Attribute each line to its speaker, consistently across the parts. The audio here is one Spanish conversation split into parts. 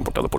Speaker 1: Importado por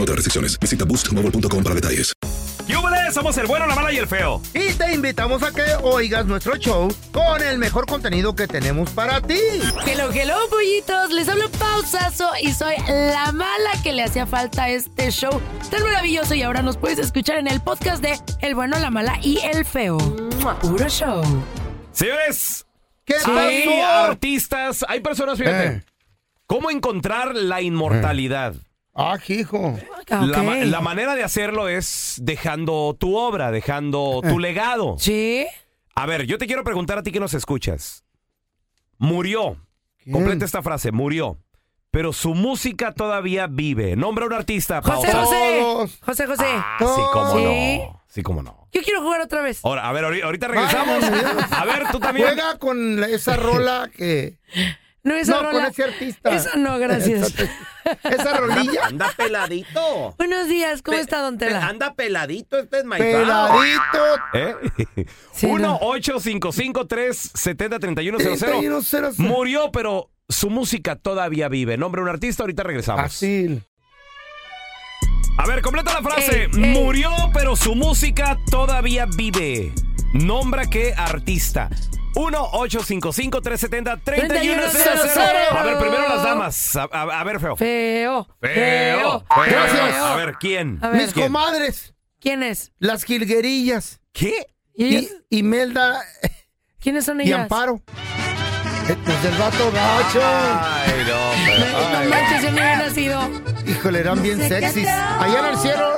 Speaker 2: otras restricciones. Visita boostmobile.com para detalles.
Speaker 3: ¡Yúbele! Somos el bueno, la mala y el feo.
Speaker 4: Y te invitamos a que oigas nuestro show con el mejor contenido que tenemos para ti.
Speaker 5: Hello, hello, pollitos. Les hablo pausazo y soy la mala que le hacía falta a este show tan maravilloso. Y ahora nos puedes escuchar en el podcast de El bueno, la mala y el feo. Puro show.
Speaker 3: ¿Sí ves?
Speaker 4: ¿Qué
Speaker 3: Hay
Speaker 4: pasó?
Speaker 3: artistas, hay personas, fíjate.
Speaker 4: Eh.
Speaker 3: ¿Cómo encontrar la inmortalidad?
Speaker 4: Ah, hijo.
Speaker 3: La, ma-
Speaker 5: Ah, Ok.
Speaker 3: la manera de hacerlo es dejando tu obra, dejando
Speaker 4: Eh.
Speaker 3: tu legado.
Speaker 5: Sí.
Speaker 3: A ver, yo te quiero preguntar a ti que nos escuchas. Murió. Completa esta frase, murió. Pero su música todavía vive. Nombra a un artista, Pao.
Speaker 5: José, José.
Speaker 4: Todos.
Speaker 5: José, José.
Speaker 3: Ah, sí, cómo
Speaker 5: Sí.
Speaker 3: no. Sí, cómo no.
Speaker 5: Yo quiero jugar otra vez.
Speaker 3: Ahora, a ver, ahori- ahorita regresamos.
Speaker 4: Vaya,
Speaker 3: A ver, tú también.
Speaker 4: Juega con la- esa rola que.
Speaker 5: No, esa
Speaker 4: no, con
Speaker 5: rola-
Speaker 4: ese artista.
Speaker 5: Esa no, gracias.
Speaker 4: Esa rolilla.
Speaker 6: Anda peladito.
Speaker 5: Buenos días, ¿cómo está, don Tela?
Speaker 6: Anda peladito este es
Speaker 4: Peladito.
Speaker 3: ¿Eh?
Speaker 5: Sí, no.
Speaker 3: 1-855-370-3100.
Speaker 4: 3100.
Speaker 3: Murió, pero su música todavía vive. Nombre a un artista, ahorita
Speaker 4: Ah,
Speaker 3: regresamos.
Speaker 4: Fácil.
Speaker 3: A ver, completa la frase.
Speaker 5: Ey, ey.
Speaker 3: Murió, pero su música todavía vive. Nombra qué artista. 1-855-370-3100.
Speaker 5: 3100.
Speaker 3: A ver, primero las damas. A, a- a ver, feo.
Speaker 5: Feo. Feo.
Speaker 3: Gracias.
Speaker 5: Feo.
Speaker 3: A ver, ¿quién?
Speaker 5: A ver,
Speaker 4: Mis comadres,
Speaker 5: ¿quién es?
Speaker 4: las jilguerillas.
Speaker 3: ¿Qué?
Speaker 5: ¿Y
Speaker 4: Y,
Speaker 5: ellas?
Speaker 4: Imelda
Speaker 5: ¿Quiénes son
Speaker 4: y
Speaker 5: ellas?
Speaker 4: Amparo. Eh, Pues el vato gacho.
Speaker 3: Ay, no, pero-
Speaker 5: No manches, yo no había nacido.
Speaker 4: Híjole, eran bien sexys. Allá en el cielo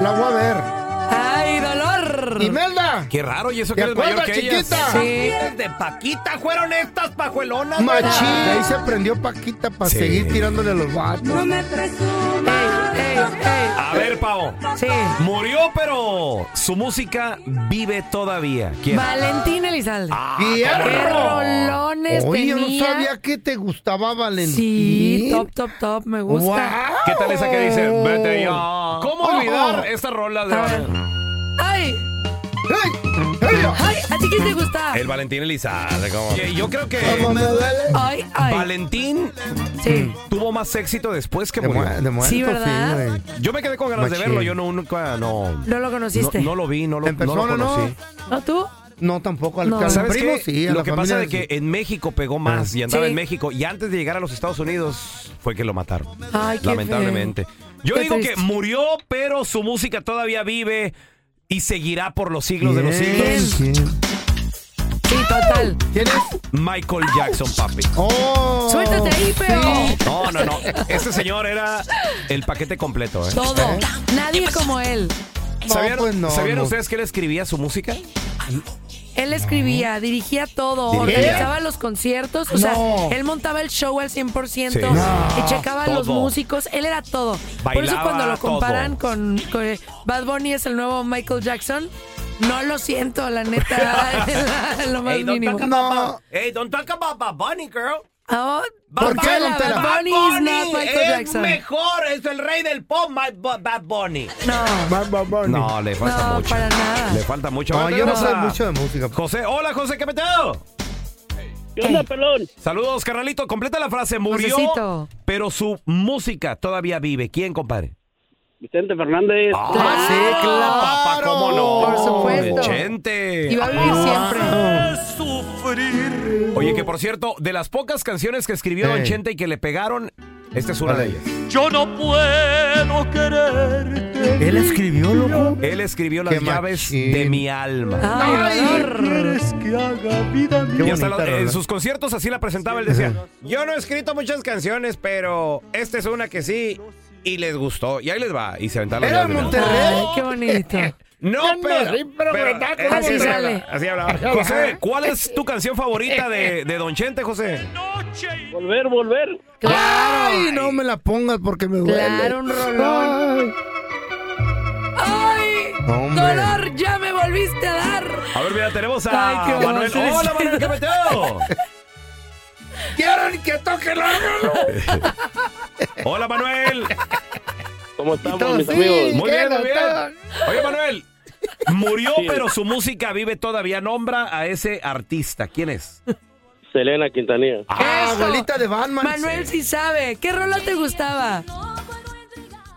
Speaker 4: la voy a
Speaker 5: ¡Ay, dolor!
Speaker 4: ver. Imelda.
Speaker 3: Qué raro, y eso que
Speaker 4: ¿Te
Speaker 3: eres mayor
Speaker 4: acuerdas,
Speaker 3: que
Speaker 4: chiquita?
Speaker 3: ellas.
Speaker 5: Sí.
Speaker 6: De Paquita fueron estas pajuelonas.
Speaker 4: Machín. De ahí se prendió Paquita para
Speaker 3: Sí.
Speaker 4: seguir tirándole a los vatos.
Speaker 5: ¡Ey, ey,
Speaker 3: A ver, Pao.
Speaker 5: ey! Sí.
Speaker 3: Murió, pero su música vive todavía. ¿Quién?
Speaker 5: Valentín Elizalde. ¡Qué
Speaker 4: ¡Fierro!
Speaker 5: rolones
Speaker 4: Oye, no
Speaker 5: tenía!
Speaker 4: sabía que te gustaba Valentín.
Speaker 5: Sí, top, top, top. Me gusta.
Speaker 3: ¿Qué tal esa que dice?
Speaker 4: Wow.
Speaker 3: Vete ya. ¿Cómo olvidar
Speaker 4: Oh.
Speaker 3: esta rola
Speaker 5: A ver.
Speaker 3: de
Speaker 5: ¡Ay!
Speaker 4: ¡Ey! ¡Ey!
Speaker 5: ¡Ay! ¿A ti qué te gusta?
Speaker 3: El Valentín Elizalde? ¿cómo? Yo, yo creo que
Speaker 4: ¿Cómo me duele?
Speaker 5: ¡Ay, ay!
Speaker 3: Valentín
Speaker 5: Sí.
Speaker 3: Mm. tuvo más éxito después que
Speaker 4: De,
Speaker 3: murió.
Speaker 4: mu- de muerto,
Speaker 5: Sí, ¿verdad?
Speaker 4: güey.
Speaker 3: Yo me quedé con ganas de
Speaker 4: Machín.
Speaker 3: verlo. Yo no, nunca, no, no,
Speaker 5: No lo conociste.
Speaker 3: no lo vi, no lo,
Speaker 4: En persona,
Speaker 3: no lo
Speaker 4: ¿no?
Speaker 3: conocí.
Speaker 5: ¿No tú?
Speaker 4: No, tampoco. Al,
Speaker 5: No.
Speaker 4: al
Speaker 3: ¿Sabes
Speaker 4: primo
Speaker 3: qué?
Speaker 4: sí. a
Speaker 3: lo
Speaker 4: la
Speaker 3: que pasa es
Speaker 4: familia Ah.
Speaker 3: que
Speaker 4: sí.
Speaker 3: en México pegó más y andaba
Speaker 5: Sí.
Speaker 3: en México y antes de llegar a los Estados Unidos fue que lo mataron.
Speaker 5: Ay, qué
Speaker 3: lamentablemente. Yo
Speaker 5: Qué
Speaker 3: digo que
Speaker 5: triste.
Speaker 3: murió, pero su música todavía vive y seguirá por los siglos de los
Speaker 4: Bien,
Speaker 3: siglos.
Speaker 4: bien.
Speaker 5: Sí, total.
Speaker 4: ¿Quién es?
Speaker 3: Michael Jackson, papi.
Speaker 4: ¡Oh!
Speaker 5: Suéltate ahí, feo.
Speaker 3: No, no, no. Este señor era el paquete completo, ¿eh?
Speaker 5: Todo. Nadie como él.
Speaker 4: No,
Speaker 3: ¿Sabían,
Speaker 4: pues no,
Speaker 3: sabían
Speaker 4: no.
Speaker 3: ustedes que él escribía su música?
Speaker 5: Él
Speaker 4: ¿Mm?
Speaker 5: escribía, dirigía todo,
Speaker 3: Dirigía.
Speaker 5: organizaba los conciertos, o sea,
Speaker 4: No.
Speaker 5: él montaba el show al 100%
Speaker 3: Sí.
Speaker 5: y checaba a los
Speaker 3: Todo.
Speaker 5: músicos, él era todo. Por eso
Speaker 3: Bailaba
Speaker 5: cuando lo
Speaker 3: todo.
Speaker 5: comparan con, con Bad Bunny es el nuevo Michael Jackson, no lo siento, la neta, lo más
Speaker 6: Ey, don't
Speaker 5: mínimo.
Speaker 6: talk about-
Speaker 4: No.
Speaker 6: Hey, don't talk about Bad Bunny, girl.
Speaker 5: Oh,
Speaker 4: ¿Por
Speaker 5: Bad
Speaker 4: qué,
Speaker 5: Bunny,
Speaker 4: don Tela?
Speaker 5: Bad Bunny is not
Speaker 6: Bunny
Speaker 5: Michael
Speaker 6: es
Speaker 5: Jackson.
Speaker 6: mejor, es el rey del pop, my bu- Bad Bunny.
Speaker 5: No,
Speaker 3: No, le falta
Speaker 5: no,
Speaker 3: mucho.
Speaker 5: para
Speaker 3: Le
Speaker 5: nada.
Speaker 3: falta mucho.
Speaker 4: No,
Speaker 3: Ahora
Speaker 4: yo no
Speaker 3: tenemos
Speaker 4: sé
Speaker 3: a
Speaker 4: mucho de música.
Speaker 3: José, hola José, ¿qué peteo?
Speaker 7: ¿Qué onda, pelón?
Speaker 3: Saludos, carnalito. Completa la frase. Murió,
Speaker 5: Josecito.
Speaker 3: pero su música todavía vive. ¿Quién, compadre?
Speaker 7: Vicente Fernández.
Speaker 3: Ah, sí, claro. Papá, ¿cómo no?
Speaker 5: Por supuesto.
Speaker 3: Chente. Ah.
Speaker 5: Y va a vivir siempre.
Speaker 3: Oye, que por cierto, de las pocas canciones que escribió Don
Speaker 4: Ey.
Speaker 3: Chente y que le pegaron, esta es una de ellas.
Speaker 4: Él escribió, loco.
Speaker 3: Él escribió
Speaker 4: Qué
Speaker 3: las llaves
Speaker 4: machín.
Speaker 3: de mi alma.
Speaker 5: Ay,
Speaker 4: Qué
Speaker 3: Y hasta
Speaker 4: bonita
Speaker 3: la- en
Speaker 4: rola.
Speaker 3: sus conciertos así la presentaba, él decía, yo no he escrito muchas canciones, pero esta es una que sí, y les gustó, y ahí les va, y se aventaron las
Speaker 4: Era
Speaker 3: llaves de mi alma.
Speaker 4: Monterrey.
Speaker 5: Ay, qué bonito.
Speaker 3: No, pero, pero-
Speaker 5: con
Speaker 3: así
Speaker 5: el
Speaker 3: se
Speaker 5: sale.
Speaker 3: habla, Así hablaba. José, ¿cuál es tu canción favorita de, de Don Chente, José?
Speaker 7: Volver, volver.
Speaker 4: Ay,
Speaker 5: Claro.
Speaker 4: no me la pongas porque me duele.
Speaker 5: Claro, un rolón. Ay,
Speaker 4: Hombre.
Speaker 5: dolor, ya me volviste a dar.
Speaker 3: A ver, mira, tenemos a
Speaker 5: Ay, qué
Speaker 3: Manuel.
Speaker 5: emoción.
Speaker 3: ¡Hola, Manuel, qué meteo!
Speaker 4: ¿Quieren que toque el órgano?
Speaker 3: ¡Hola, Manuel!
Speaker 7: ¿Cómo estamos,
Speaker 4: todo
Speaker 7: mis
Speaker 4: así.
Speaker 7: amigos?
Speaker 3: Muy bien, muy bien.
Speaker 4: Quédate.
Speaker 3: Oye, Manuel, murió, pero su música vive todavía. Nombra a ese artista. ¿Quién es?
Speaker 7: Selena Quintanilla.
Speaker 4: Ah,
Speaker 5: Eso.
Speaker 4: abuelita de Batman.
Speaker 5: Manuel sí sabe. ¿Qué rola te gustaba?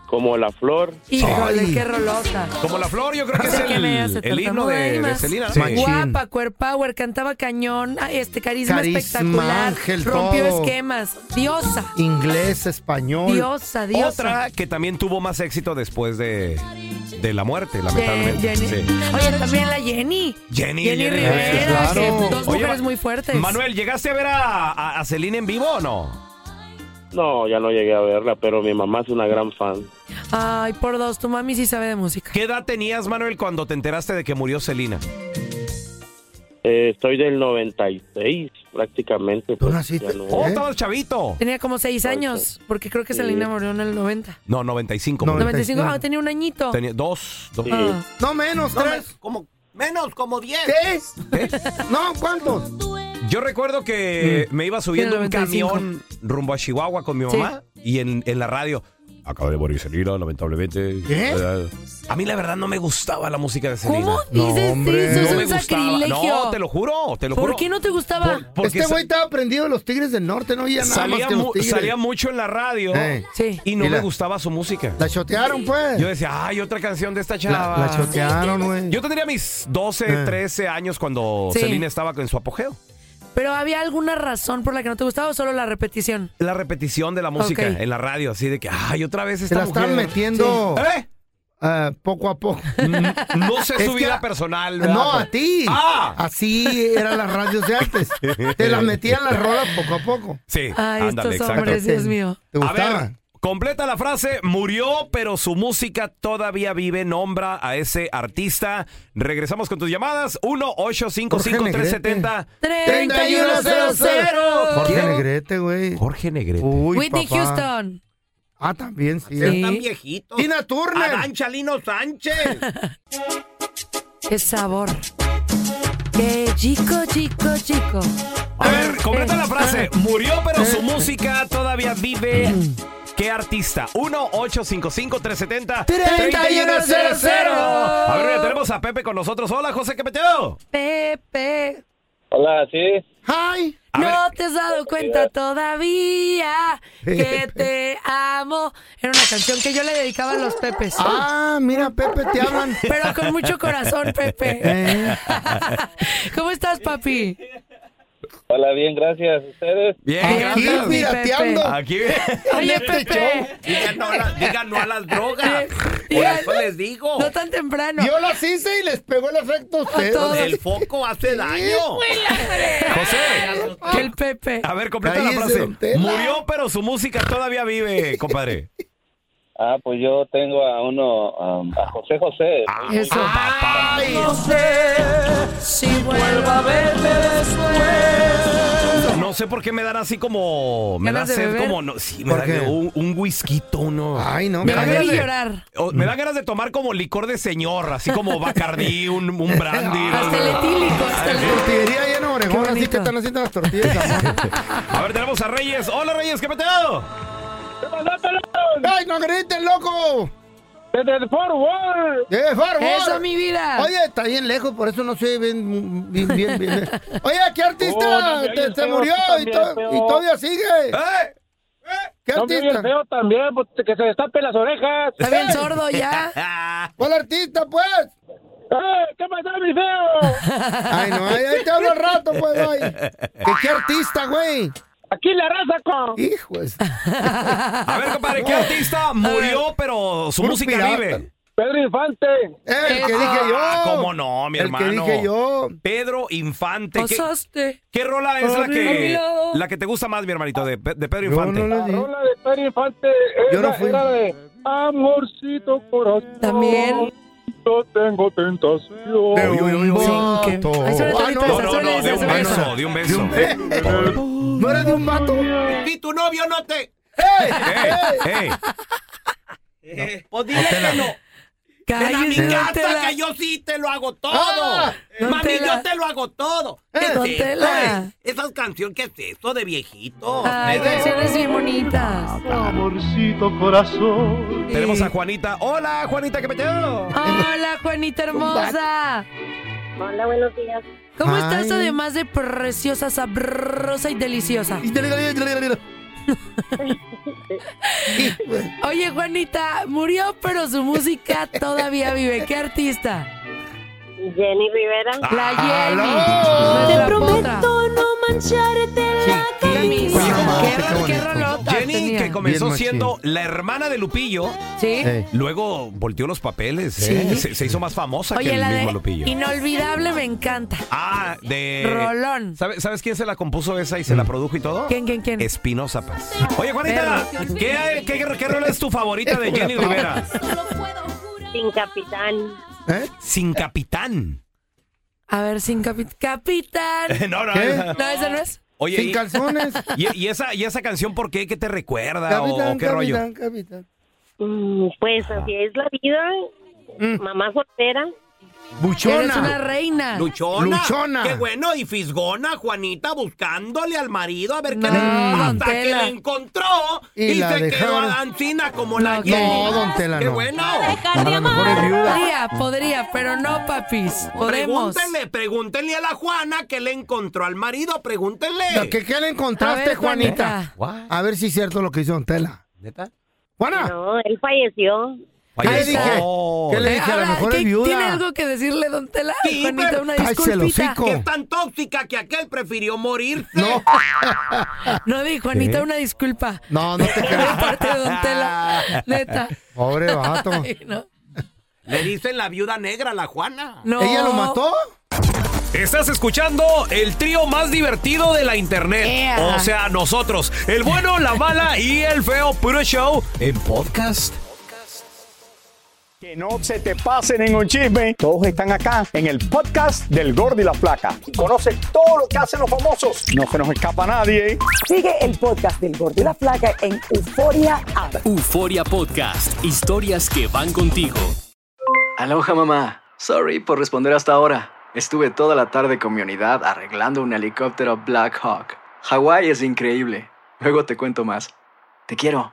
Speaker 7: Como la flor.
Speaker 5: Híjole,
Speaker 4: Ay.
Speaker 5: qué rolosa.
Speaker 3: Como la flor, yo creo que es
Speaker 5: Sé que me hace
Speaker 3: el, el himno
Speaker 5: tartamuda
Speaker 3: de,
Speaker 5: y
Speaker 3: de
Speaker 5: más.
Speaker 3: Selena. ¿no?
Speaker 4: Sí.
Speaker 3: Machín.
Speaker 5: Guapa, cuerpo power, cantaba cañón, ah, este carisma,
Speaker 4: Carisma,
Speaker 5: espectacular,
Speaker 4: ángel,
Speaker 5: rompió
Speaker 4: todo.
Speaker 5: esquemas, diosa,
Speaker 4: Inglés, español.
Speaker 5: diosa, diosa.
Speaker 3: Otra que también tuvo más éxito después de, de la muerte,
Speaker 5: De
Speaker 3: lamentablemente.
Speaker 5: Jenny.
Speaker 3: Sí.
Speaker 5: Oye, también la Jenny. Jenny
Speaker 3: Jenny, Jenny
Speaker 5: Rivera,
Speaker 4: Rivera,
Speaker 5: que
Speaker 4: claro.
Speaker 5: dos
Speaker 3: Oye,
Speaker 5: mujeres
Speaker 3: Ma-
Speaker 5: muy fuertes.
Speaker 3: Manuel, ¿llegaste a ver a, a, a Selena en vivo o no?
Speaker 7: No, ya no llegué a verla, pero mi mamá es una gran fan.
Speaker 5: Ay, por dos, tu mami sí sabe de música.
Speaker 3: ¿Qué edad tenías, Manuel, cuando te enteraste de que murió Selena?
Speaker 7: Eh, estoy del 96 prácticamente.
Speaker 4: ¿Tú
Speaker 7: pues,
Speaker 4: naciste?
Speaker 7: ya no.
Speaker 3: ¡Oh,
Speaker 4: ¿Eh?
Speaker 3: estabas chavito!
Speaker 5: Tenía como seis años, porque creo que Selena murió en el 90.
Speaker 3: No, 95.
Speaker 4: No,
Speaker 3: Manuel.
Speaker 5: 95, ah, tenía un añito.
Speaker 3: Tenía dos, dos.
Speaker 7: Sí.
Speaker 5: Ah.
Speaker 4: No menos, tres.
Speaker 6: Como, menos, como 10.
Speaker 4: ¿Tres? No, ¿cuántos?
Speaker 3: Yo recuerdo que
Speaker 4: Mm.
Speaker 3: me iba subiendo
Speaker 5: Tiene
Speaker 3: un
Speaker 5: 95.
Speaker 3: camión rumbo a Chihuahua con mi
Speaker 5: Sí.
Speaker 3: mamá y en, en la radio. Acaba de morir Selena, lamentablemente.
Speaker 4: ¿Qué?
Speaker 3: Eh, A mí la verdad no me gustaba la música de Selena.
Speaker 5: ¿Cómo
Speaker 4: No,
Speaker 5: dices
Speaker 4: hombre.
Speaker 5: eso? Es
Speaker 3: No me
Speaker 5: un
Speaker 3: gustaba.
Speaker 5: sacrilegio.
Speaker 3: No, te lo juro, te lo juro.
Speaker 5: ¿Por qué no te gustaba?
Speaker 3: Por- porque
Speaker 4: este
Speaker 3: sa-
Speaker 4: güey estaba prendido de los Tigres del Norte, no oía nada
Speaker 3: salía,
Speaker 4: más que
Speaker 3: mu-
Speaker 4: los Tigres.
Speaker 3: salía mucho en la radio
Speaker 4: Eh.
Speaker 5: Sí.
Speaker 3: y no
Speaker 4: Y
Speaker 3: me
Speaker 4: la-
Speaker 3: gustaba su música.
Speaker 4: La chotearon, pues.
Speaker 3: Yo decía, ay, otra canción de esta
Speaker 4: la,
Speaker 3: chava.
Speaker 4: la chotearon, güey.
Speaker 3: Yo tendría mis 12,
Speaker 4: Eh.
Speaker 3: 13 años cuando
Speaker 5: Sí.
Speaker 3: Selena estaba en su apogeo.
Speaker 5: ¿Pero había alguna razón por la que no te gustaba o solo la repetición?
Speaker 3: La repetición de la música
Speaker 5: Ok.
Speaker 3: en la radio, así de que, ay, otra vez
Speaker 4: Se
Speaker 3: esta
Speaker 4: la están
Speaker 3: mujer".
Speaker 4: metiendo
Speaker 3: ¿Eh?
Speaker 4: ah, poco a poco.
Speaker 3: Mm, No sé
Speaker 4: Es
Speaker 3: su
Speaker 4: que
Speaker 3: vida
Speaker 4: a-
Speaker 3: personal, ¿verdad?
Speaker 4: No, a ti.
Speaker 3: Ah.
Speaker 4: Así eran las radios de antes. Te las metían las rolas poco a poco.
Speaker 3: Sí,
Speaker 5: Ay,
Speaker 3: ándale,
Speaker 5: estos
Speaker 3: exacto.
Speaker 5: hombres, Dios mío.
Speaker 4: ¿Te
Speaker 3: A ver,
Speaker 4: gustaban?
Speaker 3: completa la frase, murió, pero su música todavía vive, nombra a ese artista. Regresamos con tus llamadas, 1-855-370.
Speaker 5: 3100.
Speaker 4: Jorge
Speaker 3: ¿Quién?
Speaker 4: Negrete, güey.
Speaker 3: Jorge Negrete.
Speaker 4: Uy,
Speaker 5: Whitney
Speaker 4: papá.
Speaker 5: Houston.
Speaker 4: Ah, también sí.
Speaker 5: Sí.
Speaker 6: Están viejitos.
Speaker 4: Tina Turner.
Speaker 6: Adán Chalino Sánchez.
Speaker 5: Qué sabor. Qué chico, chico, chico.
Speaker 3: A ver, completa la frase, murió, pero su
Speaker 4: Eh.
Speaker 3: música todavía vive. ¿Qué artista? 1-855-370.
Speaker 4: 3100.
Speaker 3: A ver, ya tenemos a Pepe con nosotros. Hola, José, ¿qué peteo?
Speaker 5: Pepe.
Speaker 7: Hola, sí.
Speaker 4: Hi.
Speaker 3: A ver.
Speaker 5: No te has dado cuenta todavía
Speaker 4: Eh.
Speaker 5: que te amo. Era una canción que yo le dedicaba a los Pepes.
Speaker 4: Ah, mira, Pepe, te hablan.
Speaker 5: Pero con mucho corazón, Pepe.
Speaker 4: Eh,
Speaker 5: ¿Cómo estás, papi?
Speaker 7: Hola, bien, gracias. ¿Ustedes?
Speaker 3: Bien,
Speaker 4: aquí
Speaker 3: gracias.
Speaker 5: mira.
Speaker 4: pirateando.
Speaker 3: Aquí.
Speaker 5: Oye,
Speaker 4: este
Speaker 5: Pepe.
Speaker 6: Digan no, a la- digan no a las drogas. Por
Speaker 5: Digan-
Speaker 6: eso les digo.
Speaker 5: No tan temprano.
Speaker 4: Yo las hice y les pegó el efecto a ustedes.
Speaker 5: todos.
Speaker 6: El foco hace daño.
Speaker 3: José,
Speaker 5: Que el Pepe.
Speaker 3: a ver, completa la
Speaker 4: Cállese,
Speaker 3: frase.
Speaker 4: don Tela.
Speaker 3: Murió, pero su música todavía vive, compadre.
Speaker 7: Ah, pues yo tengo a uno, um, a José José.
Speaker 3: Ah,
Speaker 5: Eso.
Speaker 3: Ay,
Speaker 5: si vuelvo a verte después.
Speaker 3: no no sé por qué me dan así como. Me da
Speaker 5: ¿Ganas de
Speaker 3: sed
Speaker 5: beber?
Speaker 3: como. No, sí, me
Speaker 4: ¿Por
Speaker 3: da
Speaker 4: qué?
Speaker 3: un, un whisky, uno.
Speaker 4: Ay, no,
Speaker 3: me
Speaker 5: Me
Speaker 3: da
Speaker 5: van a
Speaker 3: ganas de-
Speaker 5: llorar.
Speaker 3: o- me da ganas de tomar como licor de señor, así como Bacardí, un, un brandy. no
Speaker 5: Hasta el
Speaker 3: sé.
Speaker 5: etílico, hasta el
Speaker 4: Tortillería llena de orejón,
Speaker 5: Qué
Speaker 4: así
Speaker 5: bonito.
Speaker 4: que están haciendo las tortillas. amor.
Speaker 3: A ver, tenemos a Reyes. Hola, Reyes, ¿qué peteo?
Speaker 4: ¡Ay, no griten, loco!
Speaker 7: Desde Fort Worth.
Speaker 4: ¡Eh, favor!
Speaker 5: Eso, mi vida.
Speaker 4: Oye, está bien lejos, por eso no soy bien, bien, bien, bien. Oye, ¿qué artista
Speaker 7: Oh, no me
Speaker 4: te,
Speaker 7: hagas
Speaker 4: te
Speaker 7: feo,
Speaker 4: murió
Speaker 7: tú
Speaker 4: y,
Speaker 7: también,
Speaker 4: to-
Speaker 7: feo.
Speaker 4: y todavía sigue?
Speaker 3: ¡Eh!
Speaker 4: ¿Qué
Speaker 7: No me oye
Speaker 4: artista? ¿Eh?
Speaker 7: feo también, pues, que se destapen las orejas.
Speaker 5: Está bien sordo ya.
Speaker 4: ¿Cuál artista, pues?
Speaker 7: ¡Eh, ¿Qué pasó, mi feo?
Speaker 4: Ay, no, ahí, ahí te hablo al rato, pues, ay. ¿Qué, qué artista, güey?
Speaker 7: Aquí la raza con...
Speaker 4: Hijo, es
Speaker 3: A ver, compadre, ¿qué artista
Speaker 4: Eh,
Speaker 3: murió, pero su
Speaker 4: Puro
Speaker 3: música
Speaker 4: pirata.
Speaker 3: vive?
Speaker 7: Pedro Infante.
Speaker 4: el que dije yo.
Speaker 3: Ah, ¿Cómo no, mi
Speaker 4: el
Speaker 3: hermano?
Speaker 4: que dije yo.
Speaker 3: Pedro Infante. ¿Qué,
Speaker 5: Pasaste.
Speaker 3: qué rola es la que,
Speaker 5: Horrible.
Speaker 3: la que te gusta más, mi hermanito, de, Pe- de Pedro
Speaker 4: Yo
Speaker 3: Infante?
Speaker 4: no le
Speaker 7: La
Speaker 4: dije.
Speaker 7: rola de Pedro Infante
Speaker 4: Yo
Speaker 7: era,
Speaker 4: no fui.
Speaker 7: era de Amorcito Corazón.
Speaker 5: También.
Speaker 7: Yo tengo tentación.
Speaker 4: De un
Speaker 5: que-
Speaker 4: vato.
Speaker 5: Ay, suena
Speaker 4: Ah,
Speaker 5: todito
Speaker 3: No,
Speaker 5: esa,
Speaker 3: no,
Speaker 5: suena
Speaker 3: no,
Speaker 5: esa,
Speaker 3: de un
Speaker 5: suena esa.
Speaker 3: beso, de un beso.
Speaker 4: No era de un vato.
Speaker 6: Si tu novio no te...
Speaker 3: ¡Ey! ¡Ey!
Speaker 6: Pues dile que no. Ven a mi
Speaker 5: Cállese, don
Speaker 6: casa
Speaker 5: Tela.
Speaker 6: que yo sí te lo hago todo.
Speaker 4: Ah,
Speaker 5: don
Speaker 6: Mami,
Speaker 5: Tela. Eh,
Speaker 6: yo te lo hago todo. ¿Qué
Speaker 5: don
Speaker 6: es eso?
Speaker 5: Tela.
Speaker 6: eh? Esas canciones, ¿qué es esto de viejito?
Speaker 5: Ay,
Speaker 6: Eh,
Speaker 5: canciones bien bonitas.
Speaker 3: Tenemos a Juanita. Hola, Juanita, ¿qué peteo?
Speaker 5: Hola, Juanita hermosa.
Speaker 8: Hola, buenos días.
Speaker 5: ¿Cómo
Speaker 4: Ay.
Speaker 5: estás además de preciosa, sabrosa y deliciosa? Oye, Juanita, murió, pero su música todavía vive. ¿Qué artista?
Speaker 8: Jenny Rivera.
Speaker 5: La
Speaker 3: Ah,
Speaker 5: Jenny.
Speaker 4: ¡Aló!
Speaker 5: Te prometo. La
Speaker 4: Sí,
Speaker 5: misma.
Speaker 4: guau,
Speaker 5: Qué, ro- qué
Speaker 4: qué bonito.
Speaker 5: rolota
Speaker 3: Jenny,
Speaker 5: tenía.
Speaker 3: que comenzó
Speaker 4: Bien machín.
Speaker 3: siendo la hermana de Lupillo,
Speaker 5: Sí.
Speaker 4: Ey.
Speaker 3: luego volteó los papeles. ¿eh?
Speaker 5: Sí.
Speaker 3: Se, se hizo más famosa que
Speaker 5: Oye,
Speaker 3: el
Speaker 5: la
Speaker 3: mismo
Speaker 5: de
Speaker 3: Lupillo.
Speaker 5: Inolvidable me encanta.
Speaker 3: Ah, de.
Speaker 5: Rolón.
Speaker 3: ¿Sabe- ¿Sabes quién se la compuso esa y se
Speaker 4: Mm.
Speaker 3: la produjo y todo?
Speaker 5: ¿Quién, quién, quién?
Speaker 3: Espinosa Paz. Oye, Juanita,
Speaker 5: Perro.
Speaker 3: ¿qué, qué, qué rola es tu favorita de Jenny Rivera?
Speaker 8: Sin capitán.
Speaker 4: ¿Eh?
Speaker 3: Sin capitán.
Speaker 5: A ver, sin capi- capitán.
Speaker 3: No, no,
Speaker 4: ¿Qué?
Speaker 3: esa-
Speaker 5: No, esa no es.
Speaker 3: Oye,
Speaker 4: Sin
Speaker 3: y,
Speaker 4: calzones.
Speaker 3: y- y esa, ¿y esa canción por qué? ¿Qué te recuerda? o,
Speaker 4: Capitán,
Speaker 3: o qué rollo?
Speaker 4: capitán, capitán.
Speaker 8: Mm, Pues así es la vida.
Speaker 4: Mm.
Speaker 8: Mamá soltera.
Speaker 5: Eres una
Speaker 4: Buchona.
Speaker 5: reina.
Speaker 6: Luchona.
Speaker 4: Luchona.
Speaker 6: Qué bueno. Y fisgona, Juanita, buscándole al marido a ver qué
Speaker 5: No,
Speaker 6: le.
Speaker 5: don
Speaker 6: Hasta que
Speaker 5: Tela.
Speaker 6: le encontró.
Speaker 4: Y
Speaker 6: Y,
Speaker 4: la
Speaker 6: se quedó
Speaker 4: dejaron.
Speaker 6: a Ancina como la
Speaker 5: No,
Speaker 6: Jenny.
Speaker 4: no, don Tela,
Speaker 6: Qué
Speaker 4: no.
Speaker 6: bueno.
Speaker 4: A lo mejor es viuda.
Speaker 5: Podría, podría, pero no, papis. Podemos.
Speaker 6: Pregúntenle, pregúntenle a la Juana que le encontró al marido. Pregúntenle.
Speaker 4: ¿Qué, qué le
Speaker 5: A
Speaker 4: encontraste,
Speaker 5: ver,
Speaker 4: Juanita?
Speaker 5: Juanita.
Speaker 3: What?
Speaker 4: A ver si es cierto lo que hizo Don Tela.
Speaker 3: ¿Neta?
Speaker 4: Juana,
Speaker 8: No, él falleció.
Speaker 4: ¿qué le
Speaker 3: Falleció.
Speaker 4: dije? ¿Qué le
Speaker 5: Eh,
Speaker 4: dije? A lo
Speaker 5: ahora,
Speaker 4: mejor es
Speaker 5: ¿qué- ¿Tiene
Speaker 4: viuda.
Speaker 5: algo que decirle, don Tela?
Speaker 6: Sí,
Speaker 5: Juanita,
Speaker 6: pero-
Speaker 5: una
Speaker 4: Cállese el
Speaker 5: disculpita.
Speaker 4: hocico.
Speaker 6: Que es tan tóxica que aquel prefirió morirse.
Speaker 4: No, ¿Eh?
Speaker 5: No, di, Juanita, una disculpa.
Speaker 4: no, no te
Speaker 5: De
Speaker 4: creas.
Speaker 5: parte de don Tela. Neta.
Speaker 4: Pobre vato.
Speaker 5: Ay, no.
Speaker 6: Le dicen la viuda negra a la Juana.
Speaker 5: No.
Speaker 4: ¿Ella lo mató?
Speaker 3: Estás escuchando el trío más divertido de la internet.
Speaker 5: Ea.
Speaker 3: O sea, nosotros, el bueno, la mala y el feo puro show en podcast.
Speaker 9: Que no se te pasen en un chisme. Todos están acá en el podcast del Gordi y la Flaca. Y conoce todo lo que hacen los famosos. No se nos escapa nadie.
Speaker 10: Sigue el podcast del Gordo y la Flaca en Euforia App.
Speaker 11: Euforia Podcast, historias que van contigo. Aloha mamá, sorry por responder hasta ahora. Estuve toda la tarde con mi unidad arreglando un helicóptero Black Hawk. Hawái es increíble. Luego te cuento más. Te quiero.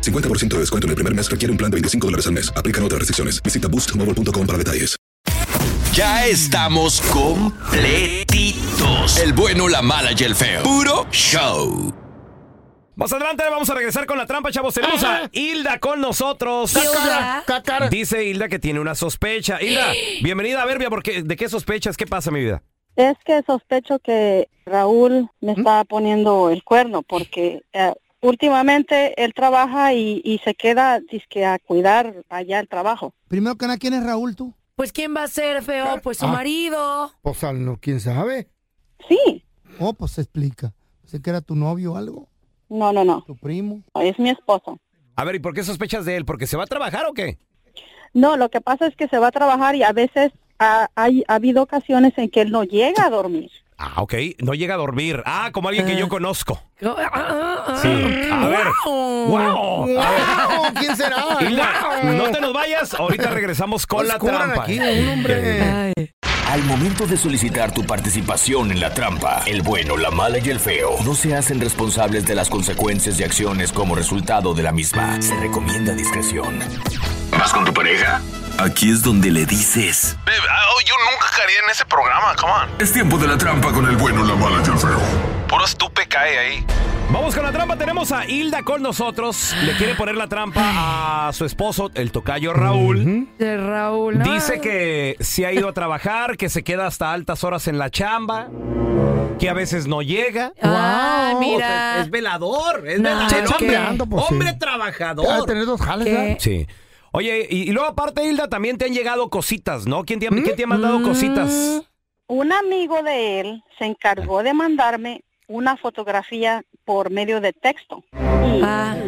Speaker 2: 50% de descuento en el primer mes requiere un plan de 25 dólares al mes. Aplican otras restricciones. Visita boostmobile.com para detalles.
Speaker 12: Ya estamos completitos. El bueno, la mala y el feo. Puro show.
Speaker 3: Más adelante vamos a regresar con la trampa, chavos. Tenemos a Hilda con nosotros.
Speaker 4: Cacara, cacara.
Speaker 3: Dice Hilda que tiene una sospecha. Hilda, bienvenida a Verbia, porque ¿de qué sospechas? ¿Qué pasa, mi vida?
Speaker 13: Es que sospecho que Raúl me
Speaker 3: ¿Mm?
Speaker 13: está poniendo el cuerno porque eh, últimamente él trabaja y, y se queda dizque, a cuidar allá el trabajo.
Speaker 4: Primero que nada, ¿quién es Raúl tú?
Speaker 5: Pues ¿quién va a ser feo? Pues su
Speaker 4: Ah.
Speaker 5: marido.
Speaker 4: Pues al- no, quién sabe.
Speaker 13: Sí.
Speaker 4: Oh, pues se explica. Sé que era tu novio o algo.
Speaker 13: No, no, no.
Speaker 4: Tu primo.
Speaker 13: Es mi esposo.
Speaker 3: A ver, ¿y por qué sospechas de él? ¿Porque se va a trabajar o qué?
Speaker 13: No, lo que pasa es que se va a trabajar y a veces ha, hay- ha habido ocasiones en que él no llega a dormir.
Speaker 3: Ah, ok. No llega a dormir. Ah, como alguien que yo conozco.
Speaker 4: ah,
Speaker 3: Sí. A ver. ¡Wow! A ver.
Speaker 4: ¡Wow! ¿Quién será?
Speaker 3: Hilda, no te nos vayas. Ahorita regresamos con la
Speaker 4: Oscuran
Speaker 3: trampa. ¿eh?
Speaker 4: aquí, hombre.
Speaker 12: Al momento de solicitar tu participación en la trampa, el bueno, la mala y el feo no se hacen responsables de las consecuencias y acciones como resultado de la misma. Se recomienda discreción. ¿Vas con tu pareja? Aquí es donde le dices.
Speaker 14: ah, oh, yo nunca caería en ese programa, come on.
Speaker 12: Es tiempo de la trampa con el bueno, la mala y el feo.
Speaker 14: Puro estupe cae ahí.
Speaker 3: Vamos con la trampa. Tenemos a Hilda con nosotros. Le quiere poner la trampa a su esposo, el tocayo Raúl.
Speaker 5: De Raúl. ¿no?
Speaker 3: Dice que se ha ido a trabajar, que se queda hasta altas horas en la chamba, que a veces no llega.
Speaker 5: Ah, mira.
Speaker 3: Es velador, es
Speaker 5: No,
Speaker 3: velador.
Speaker 5: sí,
Speaker 4: chambeando, pues,
Speaker 3: hombre
Speaker 4: sí.
Speaker 3: trabajador.
Speaker 4: Ha de tener dos jales, ¿verdad?
Speaker 3: Sí. Oye, y, y luego aparte, Hilda, también te han llegado cositas, ¿no? ¿Quién te, ha- quién te ha mandado
Speaker 4: Mm.
Speaker 3: cositas?
Speaker 13: Mm, Un amigo de él se encargó de mandarme una fotografía por medio de texto. Y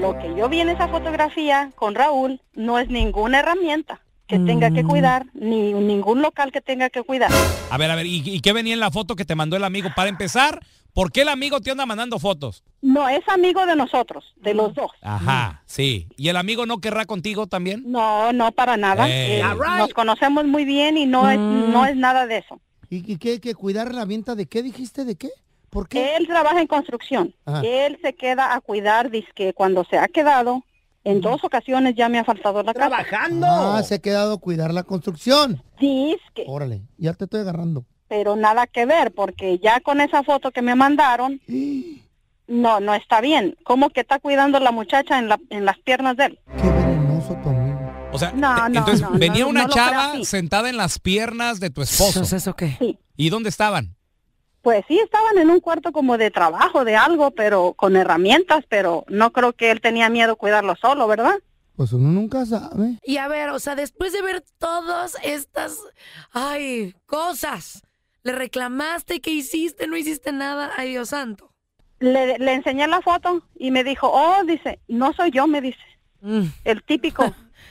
Speaker 13: lo que yo vi en esa fotografía con Raúl no es ninguna herramienta que tenga que cuidar, ni ningún local que tenga que cuidar.
Speaker 15: A ver, a ver, ¿y, y qué venía en la foto que te mandó el amigo? Para empezar, ¿por qué el amigo te anda mandando fotos?
Speaker 13: No, es amigo de nosotros, de los dos. Mm.
Speaker 15: Ajá, sí. ¿Y el amigo no querrá contigo también?
Speaker 13: No, no, para nada.
Speaker 15: Eh.
Speaker 13: Eh,
Speaker 15: Alright.
Speaker 13: Nos conocemos muy bien y no es,
Speaker 5: Mm.
Speaker 4: Mm.
Speaker 13: no es nada de eso.
Speaker 4: ¿Y, y qué, qué? ¿Cuidar la venta de qué dijiste? ¿De qué? ¿Por qué?
Speaker 13: Él trabaja en construcción.
Speaker 4: Ajá.
Speaker 13: Él se queda a cuidar, dice que cuando se ha quedado, en dos ocasiones ya me ha faltado la casa.
Speaker 3: ¡Trabajando!
Speaker 4: Ah, se ha quedado a cuidar la construcción.
Speaker 13: Disque.
Speaker 4: Órale, ya te estoy agarrando.
Speaker 13: Pero nada que ver, porque ya con esa foto que me mandaron, no, no está bien. ¿Cómo que está cuidando la muchacha en, la- en las piernas de él?
Speaker 15: O sea,
Speaker 13: No,
Speaker 15: te-
Speaker 13: no,
Speaker 15: entonces
Speaker 13: no, no,
Speaker 15: venía
Speaker 13: no
Speaker 15: una
Speaker 13: lo creo
Speaker 15: chava
Speaker 13: así.
Speaker 15: sentada en las piernas de tu esposo.
Speaker 5: ¿Eso qué?
Speaker 13: Sí.
Speaker 15: ¿Y dónde estaban?
Speaker 13: Pues sí, estaban en un cuarto como de trabajo, de algo, pero con herramientas, pero no creo que él tenía miedo cuidarlo solo, ¿verdad?
Speaker 4: Pues uno nunca sabe.
Speaker 5: Y a ver, o sea, después de ver todas estas, ay, cosas, le reclamaste, ¿qué hiciste? No hiciste nada, ay Dios santo.
Speaker 13: Le, le enseñé la foto y me dijo, oh, dice, no soy yo, me dice. El típico,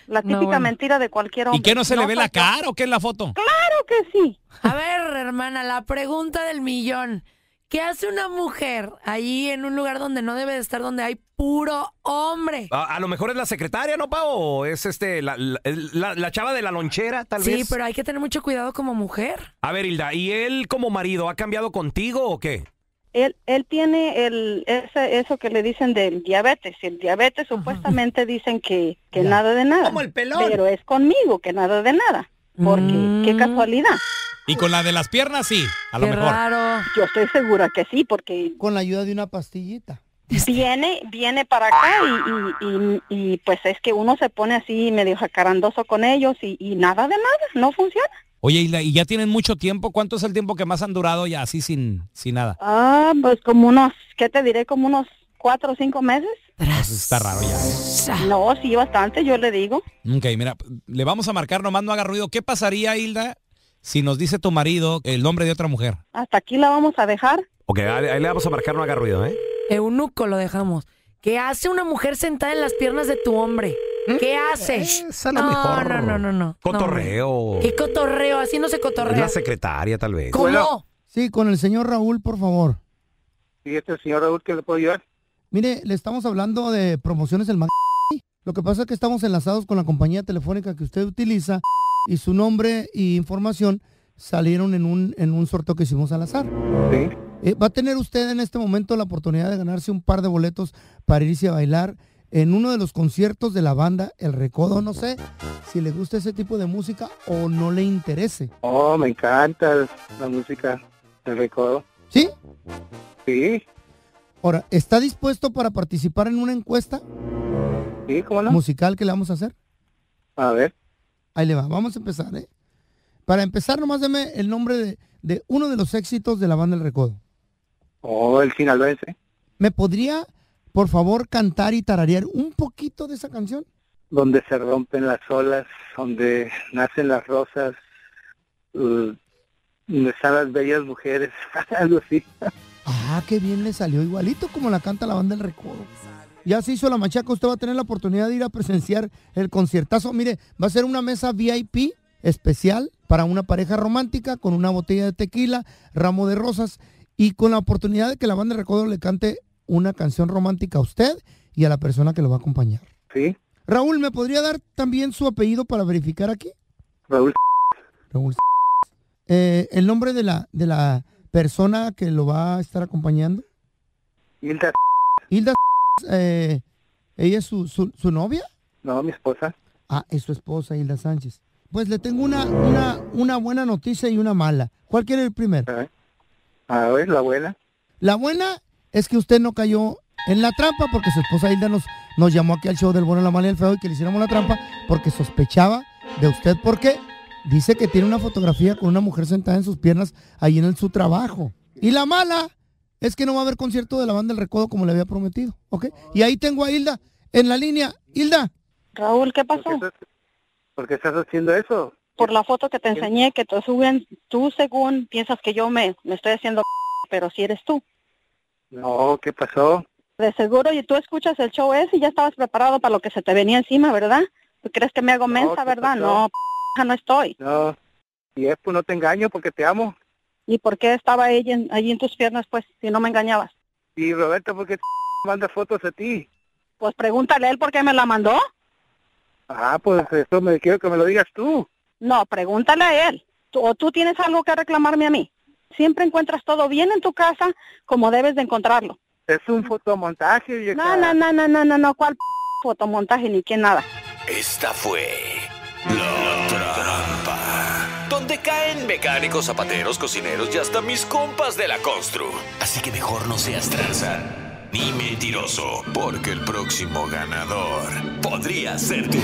Speaker 13: la típica
Speaker 15: Mm. bueno.
Speaker 13: mentira de cualquier hombre.
Speaker 15: ¿Y qué no se le ve
Speaker 13: soy
Speaker 15: la
Speaker 13: yo.
Speaker 15: cara o qué en la foto?
Speaker 13: Claro que sí.
Speaker 5: A ver, hermana, la pregunta del millón. ¿Qué hace una mujer allí en un lugar donde no debe de estar, donde hay puro hombre?
Speaker 3: A, a lo mejor es la secretaria, ¿no, Pau? ¿O es este, la, la- la- la chava de la lonchera, tal
Speaker 5: sí,
Speaker 3: vez?
Speaker 5: pero hay que tener mucho cuidado como mujer.
Speaker 3: A ver, Hilda, ¿y él como marido ha cambiado contigo o qué?
Speaker 13: Él, él tiene el, ese- eso que le dicen del diabetes. Y el diabetes supuestamente dicen que, que nada de nada. Como el pelón. Pero es conmigo que nada de nada. Porque
Speaker 15: Mm.
Speaker 13: qué casualidad.
Speaker 15: Y con la de las piernas sí, a lo
Speaker 13: Qué
Speaker 15: mejor.
Speaker 13: Yo estoy segura que sí, porque...
Speaker 4: Con la ayuda de una pastillita.
Speaker 13: Viene, viene para acá y, y- y- y, pues es que uno se pone así medio jacarandoso con ellos y, y nada de nada, no funciona.
Speaker 15: Oye, Hilda, ¿y ya tienen mucho tiempo? ¿Cuánto es el tiempo que más han durado ya así sin, sin nada?
Speaker 13: Ah, pues como unos, ¿qué te diré? Como unos cuatro o cinco meses.
Speaker 15: Eso Pues está raro ya.
Speaker 13: No, sí, bastante, yo le digo.
Speaker 15: Ok, mira, le vamos a marcar, nomás no haga ruido. ¿Qué pasaría, Hilda, si nos dice tu marido el nombre de otra mujer?
Speaker 13: Hasta aquí la vamos a dejar.
Speaker 3: Ok, ahí ahí le vamos a marcar, no haga ruido, ¿eh?
Speaker 5: Eunuco lo dejamos. ¿Qué hace una mujer sentada en las piernas de tu hombre?
Speaker 13: ¿Eh?
Speaker 5: ¿Qué hace?
Speaker 3: Esa es la
Speaker 5: no,
Speaker 3: mejor.
Speaker 5: no, no, no, no.
Speaker 3: Cotorreo.
Speaker 5: ¿Qué cotorreo? Así no se
Speaker 3: Es
Speaker 5: cotorrea.
Speaker 3: la secretaria, tal vez.
Speaker 4: Sí, con el señor Raúl, por favor.
Speaker 16: ¿Y este señor Raúl que le puedo ayudar?
Speaker 4: Mire, le estamos hablando de promociones del mag... Lo que pasa es que estamos enlazados con la compañía telefónica que usted utiliza y su nombre y información salieron en un, en un sorteo que hicimos al azar. Eh, va a tener usted en este momento la oportunidad de ganarse un par de boletos para irse a bailar en uno de los conciertos de la banda El Recodo. No sé si le gusta ese tipo de música o no le interese.
Speaker 16: Oh, me encanta la música del recodo.
Speaker 4: ¿Sí?
Speaker 16: Sí,
Speaker 4: Ahora, ¿está dispuesto para participar en una encuesta
Speaker 16: sí, ¿cómo no?
Speaker 4: musical que le vamos a hacer?
Speaker 16: A ver,
Speaker 4: Ahí le va, vamos a empezar, ¿eh? Para empezar, nomás deme el nombre de, de uno de los éxitos de la banda El Recodo.
Speaker 16: oh, el sinaloense.
Speaker 4: ¿Me podría, por favor, cantar y tararear un poquito de esa canción?
Speaker 16: Donde se rompen las olas, donde nacen las rosas, uh, donde están las bellas mujeres, algo así.
Speaker 4: Ah, qué bien le salió, igualito como la canta la banda El Recodo. Ya se hizo la machaca, usted va a tener la oportunidad de ir a presenciar el conciertazo. Mire, va a ser una mesa VIP especial para una pareja romántica con una botella de tequila, ramo de rosas y con la oportunidad de que la banda El Recodo le cante una canción romántica a usted y a la persona que lo va a acompañar.
Speaker 16: Sí,
Speaker 4: Raúl, ¿me podría dar también su apellido para verificar aquí?
Speaker 16: Raúl.
Speaker 4: Raúl. Eh, el nombre de la, de la persona que lo va a estar acompañando.
Speaker 16: Hilda,
Speaker 4: Hilda, eh, ¿ella es su, su- su novia?
Speaker 16: no, mi esposa.
Speaker 4: Ah, es su esposa, Hilda Sánchez. Pues le tengo una, una, una buena noticia y una mala. ¿Cuál quiere el primero?
Speaker 16: A ver, la abuela.
Speaker 4: La buena es que usted no cayó en la trampa porque su esposa Hilda nos, nos llamó aquí al show del bueno, la mala y el feo y que le hiciéramos la trampa porque sospechaba de usted porque dice que tiene una fotografía con una mujer sentada en sus piernas ahí en el- su trabajo. Y la mala es que no va a haber concierto de la banda El Recodo como le había prometido, ¿ok? Y ahí tengo a Hilda en la línea. Hilda.
Speaker 13: Raúl, ¿qué pasó?
Speaker 16: ¿Por qué estás haciendo eso?
Speaker 13: Por la foto que te enseñé, que tú, suben, tú según piensas que yo me, me estoy haciendo, pero si eres tú.
Speaker 16: No, ¿qué pasó?
Speaker 13: De seguro, y tú escuchas el show ese y ya estabas preparado para lo que se te venía encima, ¿verdad? ¿Tú crees que me hago mensa,
Speaker 16: ¿qué
Speaker 13: verdad?
Speaker 16: pasó?
Speaker 13: No, p- no estoy.
Speaker 16: No, y es pues no te engaño porque te amo.
Speaker 13: ¿Y por qué estaba ella en- allí en tus piernas, pues, si no me engañabas?
Speaker 16: Y Roberto, ¿por qué manda fotos a ti?
Speaker 13: Pues pregúntale a él por qué me la mandó.
Speaker 16: Ah, pues eso me quiero que me lo digas tú.
Speaker 13: No, pregúntale a él. Tú- o tú tienes algo que reclamarme a mí. Siempre encuentras todo bien en tu casa como debes de encontrarlo.
Speaker 16: Es un fotomontaje, vieja.
Speaker 13: No, no, no, no, no, no, no, ¿cuál p- fotomontaje ni qué nada?
Speaker 12: Esta fue la trampa. Donde caen mecánicos, zapateros, cocineros y hasta mis compas de la constru. Así que mejor no seas tranza ni mentiroso, porque el próximo ganador podría ser tú.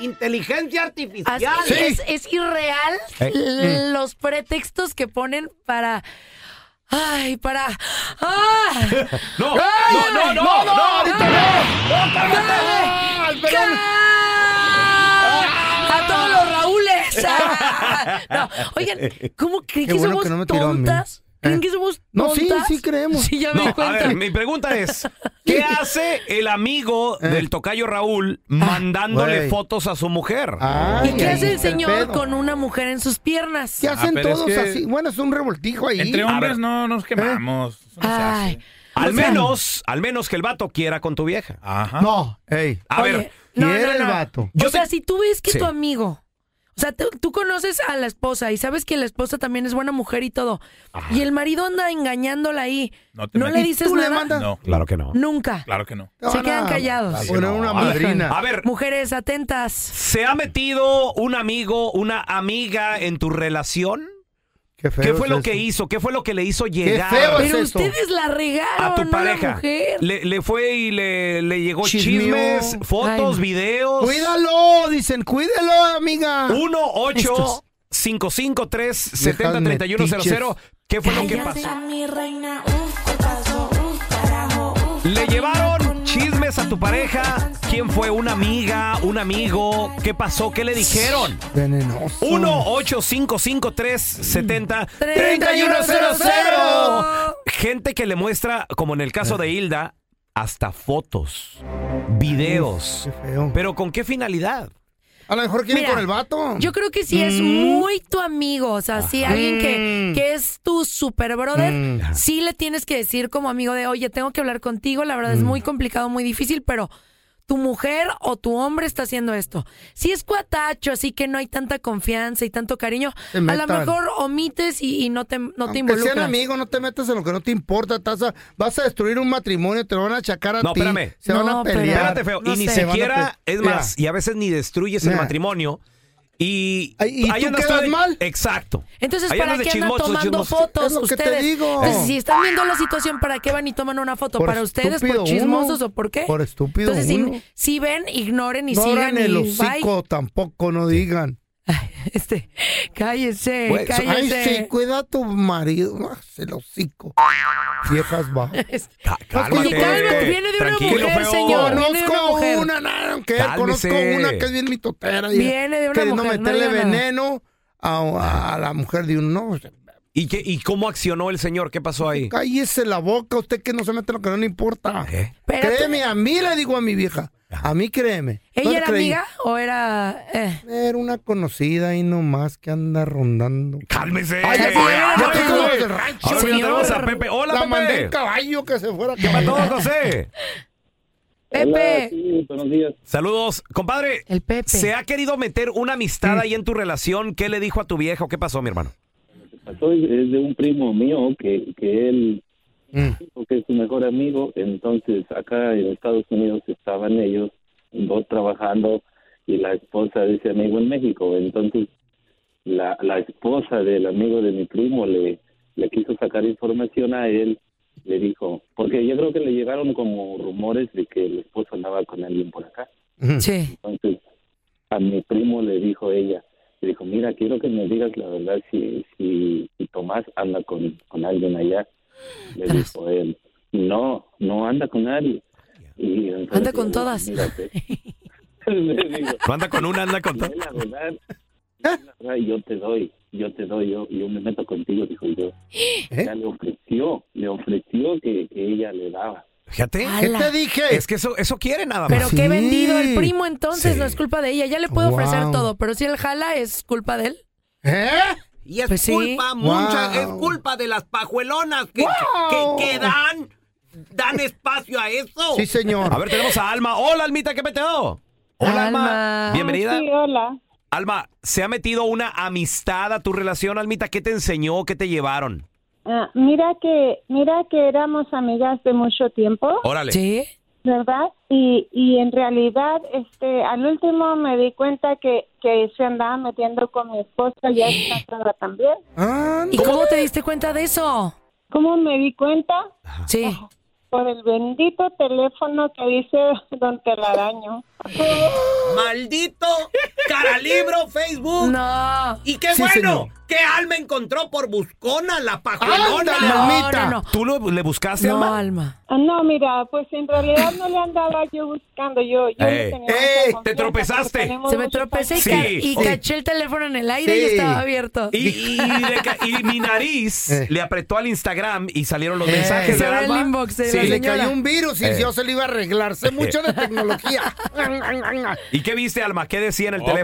Speaker 6: Inteligencia artificial.
Speaker 5: Así es, es irreal
Speaker 12: Eh,
Speaker 5: l- los pretextos que ponen para. Ay, para. ¡Ah!
Speaker 6: No,
Speaker 5: ¡Ay!
Speaker 6: no, no, no, no, ahorita no. No, cálmate.
Speaker 5: ¡Ay! ¡Ca- ¡A todos los Raúles! ¡Ah! No, oigan, ¿cómo creen
Speaker 3: Qué
Speaker 5: que
Speaker 3: bueno
Speaker 5: somos
Speaker 3: que no me tiró a mí.
Speaker 5: tontas? ¿Creen que somos
Speaker 4: No, sí,
Speaker 5: tontas?
Speaker 4: sí creemos.
Speaker 5: Sí, ya
Speaker 3: No,
Speaker 5: me di
Speaker 3: a
Speaker 5: cuenta.
Speaker 3: ver, mi pregunta es, ¿qué hace el amigo del tocayo Raúl mandándole
Speaker 4: güey.
Speaker 3: fotos a su mujer?
Speaker 5: ¿Y qué hace el
Speaker 4: está el
Speaker 5: señor
Speaker 4: pedo.
Speaker 5: con una mujer en sus piernas?
Speaker 4: ¿Qué hacen
Speaker 3: pero es
Speaker 4: todos
Speaker 3: que-
Speaker 4: así? Bueno, es un revoltijo ahí.
Speaker 3: Entre hombres
Speaker 15: no nos quemamos.
Speaker 5: Ay.
Speaker 3: Al
Speaker 5: O sea-
Speaker 3: menos, al menos que el vato quiera con tu vieja. Ajá.
Speaker 4: No, ey.
Speaker 3: A
Speaker 5: Oye,
Speaker 3: ver,
Speaker 5: no, no, no.
Speaker 3: Yo
Speaker 5: o sea, si tú ves que
Speaker 3: Sí.
Speaker 5: tu amigo, o sea, tú, tú conoces a la esposa y sabes que la esposa también es buena mujer y todo, y el marido anda engañándola ahí, ¿no,
Speaker 17: No te
Speaker 5: le
Speaker 17: metas.
Speaker 5: dices
Speaker 17: ¿Tú le
Speaker 5: nada?
Speaker 17: mandas? No.
Speaker 3: Claro que no.
Speaker 5: Nunca.
Speaker 17: Claro que no.
Speaker 5: Se
Speaker 3: No,
Speaker 5: quedan
Speaker 3: no,
Speaker 5: callados.
Speaker 3: claro que Poner no. una
Speaker 5: Híjole.
Speaker 3: madrina. A ver.
Speaker 5: Mujeres atentas.
Speaker 3: ¿Se ha metido un amigo, una amiga en tu relación?
Speaker 4: Qué,
Speaker 3: ¿Qué fue
Speaker 4: es
Speaker 3: lo
Speaker 4: eso.
Speaker 3: que hizo? ¿Qué fue lo que le hizo llegar
Speaker 4: feo es
Speaker 5: Pero ustedes la regaron,
Speaker 3: a tu
Speaker 5: no la
Speaker 3: pareja?
Speaker 5: mujer.
Speaker 3: Le, le fue y le, le llegó
Speaker 4: Chismeó.
Speaker 3: chismes, fotos,
Speaker 4: Ay, no.
Speaker 3: videos.
Speaker 4: Cuídalo, dicen, cuídelo, amiga.
Speaker 3: 1 8
Speaker 4: Estos.
Speaker 3: 553 70
Speaker 4: Déjame
Speaker 3: 31 00 ¿Qué fue lo que pasó? ¿Le llevaron chismes a tu pareja? ¿Quién fue? ¿Una amiga? ¿Un amigo? ¿Qué pasó? ¿Qué le dijeron?
Speaker 4: Venenoso.
Speaker 3: 1 3 70
Speaker 5: Mm.
Speaker 4: 31 00.
Speaker 3: Gente que le muestra, como en el caso de Hilda, hasta fotos, videos. Pero ¿con qué finalidad? Mm.
Speaker 4: A lo mejor quieren
Speaker 5: Mira,
Speaker 4: con el vato. Mm.
Speaker 5: Yo creo que si es muy tu amigo, o sea, si alguien que, que es tu super brother,
Speaker 4: Mm.
Speaker 5: sí le tienes que decir como amigo de, oye, tengo que hablar contigo, la
Speaker 4: Mm.
Speaker 5: verdad es muy complicado, muy difícil, pero tu mujer o tu hombre está haciendo esto. Si es cuatacho, así que no hay tanta confianza y tanto cariño,
Speaker 4: Te
Speaker 5: a lo
Speaker 4: metan.
Speaker 5: mejor omites y, y no te, no te
Speaker 4: Que sean
Speaker 5: involucras.
Speaker 4: amigos, no te metas en lo que no te importa. estás a- vas a destruir un matrimonio, te lo van a achacar a
Speaker 3: No,
Speaker 4: ti.
Speaker 3: espérame.
Speaker 4: Se van a pelear.
Speaker 3: Espérate, feo. y ni
Speaker 4: Se van a
Speaker 3: siquiera,
Speaker 4: pe-
Speaker 3: es más,
Speaker 4: Mira,
Speaker 3: y a veces ni destruyes el
Speaker 4: Nah.
Speaker 3: matrimonio. Y,
Speaker 4: Ay, y tú
Speaker 3: andas
Speaker 4: quedas
Speaker 3: de-
Speaker 4: mal.
Speaker 3: Exacto.
Speaker 5: Entonces,
Speaker 3: Ahí
Speaker 5: ¿para
Speaker 3: andas de
Speaker 5: qué andan
Speaker 3: chismoso,
Speaker 5: tomando
Speaker 3: chismoso.
Speaker 5: fotos
Speaker 4: Es lo que te
Speaker 5: ustedes?
Speaker 4: digo.
Speaker 5: Entonces, si están viendo la situación, ¿para qué van y toman una foto?
Speaker 4: Por
Speaker 5: ¿Para ustedes?
Speaker 4: estúpido
Speaker 5: ¿Por chismosos
Speaker 4: uno.
Speaker 5: o por qué?
Speaker 4: Por estúpido
Speaker 5: Entonces, si-
Speaker 4: uno.
Speaker 5: Si, ven, ignoren y
Speaker 4: no
Speaker 5: sigan
Speaker 4: abran el
Speaker 5: y
Speaker 4: hocico tampoco, no digan.
Speaker 3: este,
Speaker 5: bye. Cállese,
Speaker 4: Pues, Ay,
Speaker 5: cállese.
Speaker 4: sí, cuida a tu marido. Ah, El hocico. Viejas bajas.
Speaker 3: cálmate.
Speaker 4: Pues, yo conozco-
Speaker 3: Cálmate, viene de una Tranquilo, mujer, feo. señor, viene de una
Speaker 4: Conozco
Speaker 3: mujer.
Speaker 4: una, nada, aunque
Speaker 3: Cálmese.
Speaker 4: conozco una que es bien mitotera. y
Speaker 3: Viene de una
Speaker 4: Queriendo
Speaker 3: mujer, no
Speaker 4: meterle
Speaker 3: diga nada.
Speaker 4: veneno a, a la mujer de uno. No,
Speaker 3: ¿Y, qué- ¿Y cómo accionó el señor? ¿Qué pasó ahí?
Speaker 4: Cállese la boca, usted que no se mete en lo que no le importa. ¿Eh? Créeme, a mí le digo a mi vieja. A mí créeme. No
Speaker 5: ¿Ella
Speaker 4: le
Speaker 5: era
Speaker 4: creí.
Speaker 5: amiga o era...? eh?
Speaker 4: Era una conocida ahí nomás que anda rondando.
Speaker 3: ¡Cálmese!
Speaker 4: Ay, ya te- ya te conozco del rancho,
Speaker 3: Ahora
Speaker 4: señor.
Speaker 3: ya tenemos a Pepe. Hola,
Speaker 4: la
Speaker 3: Pepe.
Speaker 4: mandé en caballo que se fuera. ¿Qué
Speaker 3: Hola, José.
Speaker 5: Pepe.
Speaker 3: buenos días. Saludos. Compadre,
Speaker 5: el Pepe.
Speaker 3: ¿se ha querido meter una amistad ahí en tu relación? ¿Qué le dijo a tu vieja o qué pasó, mi hermano?
Speaker 7: pasó es es de un primo mío que, que él dijo que es su mejor amigo. Entonces, acá en Estados Unidos estaban ellos dos trabajando y la esposa de ese amigo en México. Entonces, la, la esposa del amigo de mi primo le, le quiso sacar información a él. Le dijo, porque yo creo que le llegaron como rumores de que el esposo andaba con alguien por acá.
Speaker 5: Sí.
Speaker 7: Entonces, a mi primo le dijo ella, le dijo, mira, quiero que me digas la verdad si, si, si Tomás anda con, con alguien allá. Le dijo él, no, no anda con nadie. Y entonces
Speaker 5: Anda
Speaker 7: le
Speaker 5: con
Speaker 7: dijo,
Speaker 5: todas.
Speaker 7: "Mírate". Le digo,
Speaker 3: No anda con una, anda con
Speaker 7: "Dime la verdad, dime la verdad, yo te doy, yo te doy, yo, yo me meto contigo, dijo yo.
Speaker 5: ¿Eh?
Speaker 7: Ya le ofreció, le ofreció que, que ella le daba.
Speaker 3: Fíjate.
Speaker 7: ¿Qué te
Speaker 4: dije?
Speaker 3: Es que eso, eso quiere nada más.
Speaker 5: Pero qué vendido el primo, entonces no es culpa de ella. Ya le puedo ofrecer
Speaker 3: Wow.
Speaker 5: todo, pero si él jala, es culpa de él.
Speaker 4: ¿Eh?
Speaker 3: Y es
Speaker 5: Pues sí.
Speaker 3: culpa mucha, es culpa de las pajuelonas que,
Speaker 6: Wow.
Speaker 3: que, que dan, dan espacio a eso.
Speaker 6: Sí, señor.
Speaker 3: A ver, tenemos a Alma. Hola, Almita, ¿qué peteo? Hola, Alma. Bienvenida.
Speaker 17: Sí, hola.
Speaker 3: Alma, ¿se ha metido una amistad a tu relación, Almita? ¿Qué te enseñó? ¿Qué te llevaron?
Speaker 17: Ah, mira que mira que éramos amigas de mucho tiempo.
Speaker 3: Órale. Sí.
Speaker 17: ¿Verdad? Y, y en realidad, este, al último me di cuenta que, que se andaba metiendo con mi esposa y esta otra también.
Speaker 5: ¿Y cómo te diste cuenta de eso?
Speaker 17: ¿Cómo me di cuenta?
Speaker 5: Sí.
Speaker 17: Por el bendito teléfono que dice Don Telaraño.
Speaker 6: Maldito caralibro Facebook.
Speaker 5: No.
Speaker 6: Y qué
Speaker 3: Sí,
Speaker 6: bueno
Speaker 3: señor.
Speaker 6: que Alma encontró por buscona la
Speaker 3: Ándale,
Speaker 6: pajuelona.
Speaker 3: Almita. ¿Tú lo- le buscaste,
Speaker 17: No,
Speaker 3: Alma?
Speaker 17: Ah, No, mira, pues en realidad no le andaba yo buscando, yo, yo le
Speaker 3: Ey.
Speaker 17: tenía
Speaker 3: Ey,
Speaker 17: mucha
Speaker 3: ¡Te tropezaste!
Speaker 17: tenemos
Speaker 5: Se me
Speaker 17: mucho
Speaker 5: tropecé y,
Speaker 3: Eh. Sí,
Speaker 5: Pues, ca- y
Speaker 3: sí.
Speaker 5: caché el teléfono en el aire y
Speaker 3: Sí.
Speaker 5: estaba abierto.
Speaker 3: Y, y- y de ca- y mi nariz le apretó al Instagram y salieron los
Speaker 4: Eh.
Speaker 3: mensajes
Speaker 4: Se
Speaker 3: de
Speaker 4: ve el
Speaker 3: Alma. Eh.
Speaker 4: inbox de la
Speaker 3: Sí.
Speaker 4: Le señora. Eh. cayó un virus y yo se le iba a arreglar. Sé mucho de tecnología.
Speaker 3: ¿Y qué viste, Alma? ¿Qué decía en el teléfono?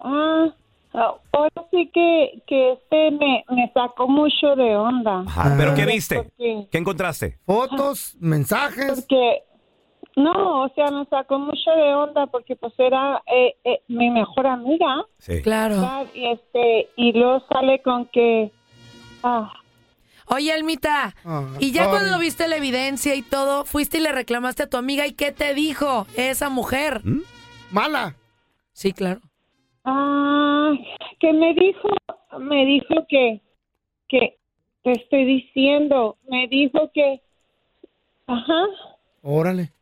Speaker 17: Ah, ah, ahora sí que, que este me, me sacó mucho de onda.
Speaker 3: Ajá, Ah, ¿Pero qué
Speaker 17: Porque-
Speaker 3: viste?
Speaker 17: porque-
Speaker 3: ¿Qué encontraste?
Speaker 4: Fotos, mensajes.
Speaker 17: Porque, no, o sea, me sacó mucho de onda porque pues era eh, eh, mi mejor amiga.
Speaker 3: Sí.
Speaker 17: ¿verdad? Y, este, y luego sale con que...
Speaker 5: Oh.
Speaker 17: Ah,
Speaker 5: Oye, Almita,
Speaker 17: Ah,
Speaker 5: y ya
Speaker 17: sorry.
Speaker 5: cuando viste la evidencia y todo, fuiste y le reclamaste a tu amiga y ¿qué te dijo esa mujer?
Speaker 3: ¿Mm?
Speaker 4: Mala.
Speaker 5: Sí, claro.
Speaker 17: Ah, que me dijo, me dijo que, que te estoy diciendo, me dijo que, ajá,
Speaker 4: Órale.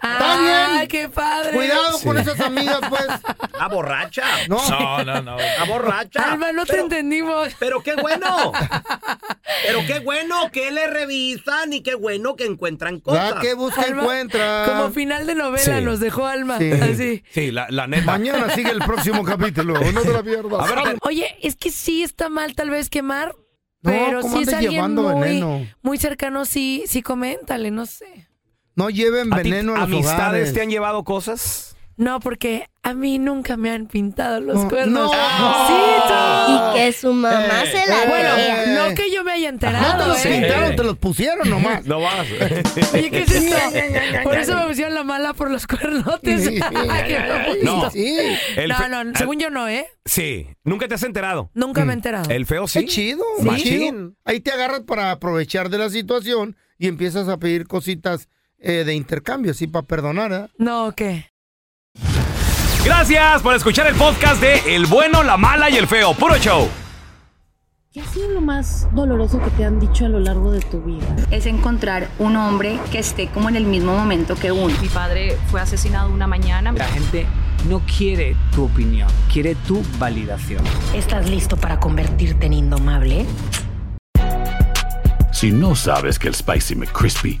Speaker 5: ¡Ah, qué padre!
Speaker 4: Cuidado con esas amigas, pues.
Speaker 3: ¿A Ah, borracha?
Speaker 4: No.
Speaker 6: No, no, no.
Speaker 3: ¿A borracha?
Speaker 5: Alma, no te entendimos.
Speaker 6: Pero qué bueno. Pero qué bueno que le revisan y qué bueno que encuentran cosas.
Speaker 4: que busca,
Speaker 5: Alma, Como final de novela
Speaker 3: Sí.
Speaker 5: nos dejó Alma.
Speaker 3: Sí.
Speaker 5: Así.
Speaker 3: Sí, la, la neta.
Speaker 4: Mañana sigue el próximo capítulo. No te la pierdas.
Speaker 3: A ver, te-
Speaker 5: Oye, es que sí está mal tal vez quemar
Speaker 4: No,
Speaker 5: Pero
Speaker 4: ¿cómo
Speaker 5: si es
Speaker 4: andas
Speaker 5: alguien
Speaker 4: llevando veneno?
Speaker 5: muy, muy cercano, sí, sí, coméntale, no sé.
Speaker 4: No lleven
Speaker 3: ¿A ti
Speaker 4: veneno a los
Speaker 3: amistades
Speaker 4: hogares.
Speaker 3: te han llevado cosas?
Speaker 5: No, porque a mí nunca me han pintado los cuernos.
Speaker 4: no.
Speaker 5: ¡Cosito!
Speaker 3: Ah.
Speaker 18: Y que su mamá
Speaker 5: Eh,
Speaker 18: se la crea.
Speaker 5: eh, Bueno, no que yo me haya enterado.
Speaker 4: No te los
Speaker 5: ¿eh?
Speaker 4: pintaron, te los pusieron nomás.
Speaker 3: No vas.
Speaker 5: Oye, ¿qué es esto? Por eso me pusieron la mala por los cuernotes. Qué
Speaker 3: No.
Speaker 5: bonito.
Speaker 3: El fe-
Speaker 5: no, no, según yo no, ¿eh?
Speaker 3: Sí. Nunca te has enterado.
Speaker 5: Nunca me he enterado.
Speaker 3: El feo sí.
Speaker 4: Qué chido,
Speaker 3: Sí.
Speaker 4: qué
Speaker 3: Machín.
Speaker 4: chido. Ahí te agarras para aprovechar de la situación y empiezas a pedir cositas eh, de intercambio, así para perdonar, ¿eh?
Speaker 5: No, ¿qué?
Speaker 3: Gracias por escuchar el podcast de El bueno, la mala y el feo. Puro show.
Speaker 19: ¿Qué ha sido lo más doloroso que te han dicho a lo largo de tu vida?
Speaker 20: es encontrar un hombre que esté como en el mismo momento que uno.
Speaker 19: Mi padre fue asesinado una mañana.
Speaker 21: La gente no quiere tu opinión, quiere tu validación.
Speaker 22: ¿Estás listo para convertirte en indomable?
Speaker 23: Si no sabes que el Spicy McCrispy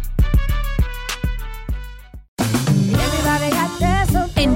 Speaker 24: En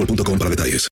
Speaker 2: para detalles.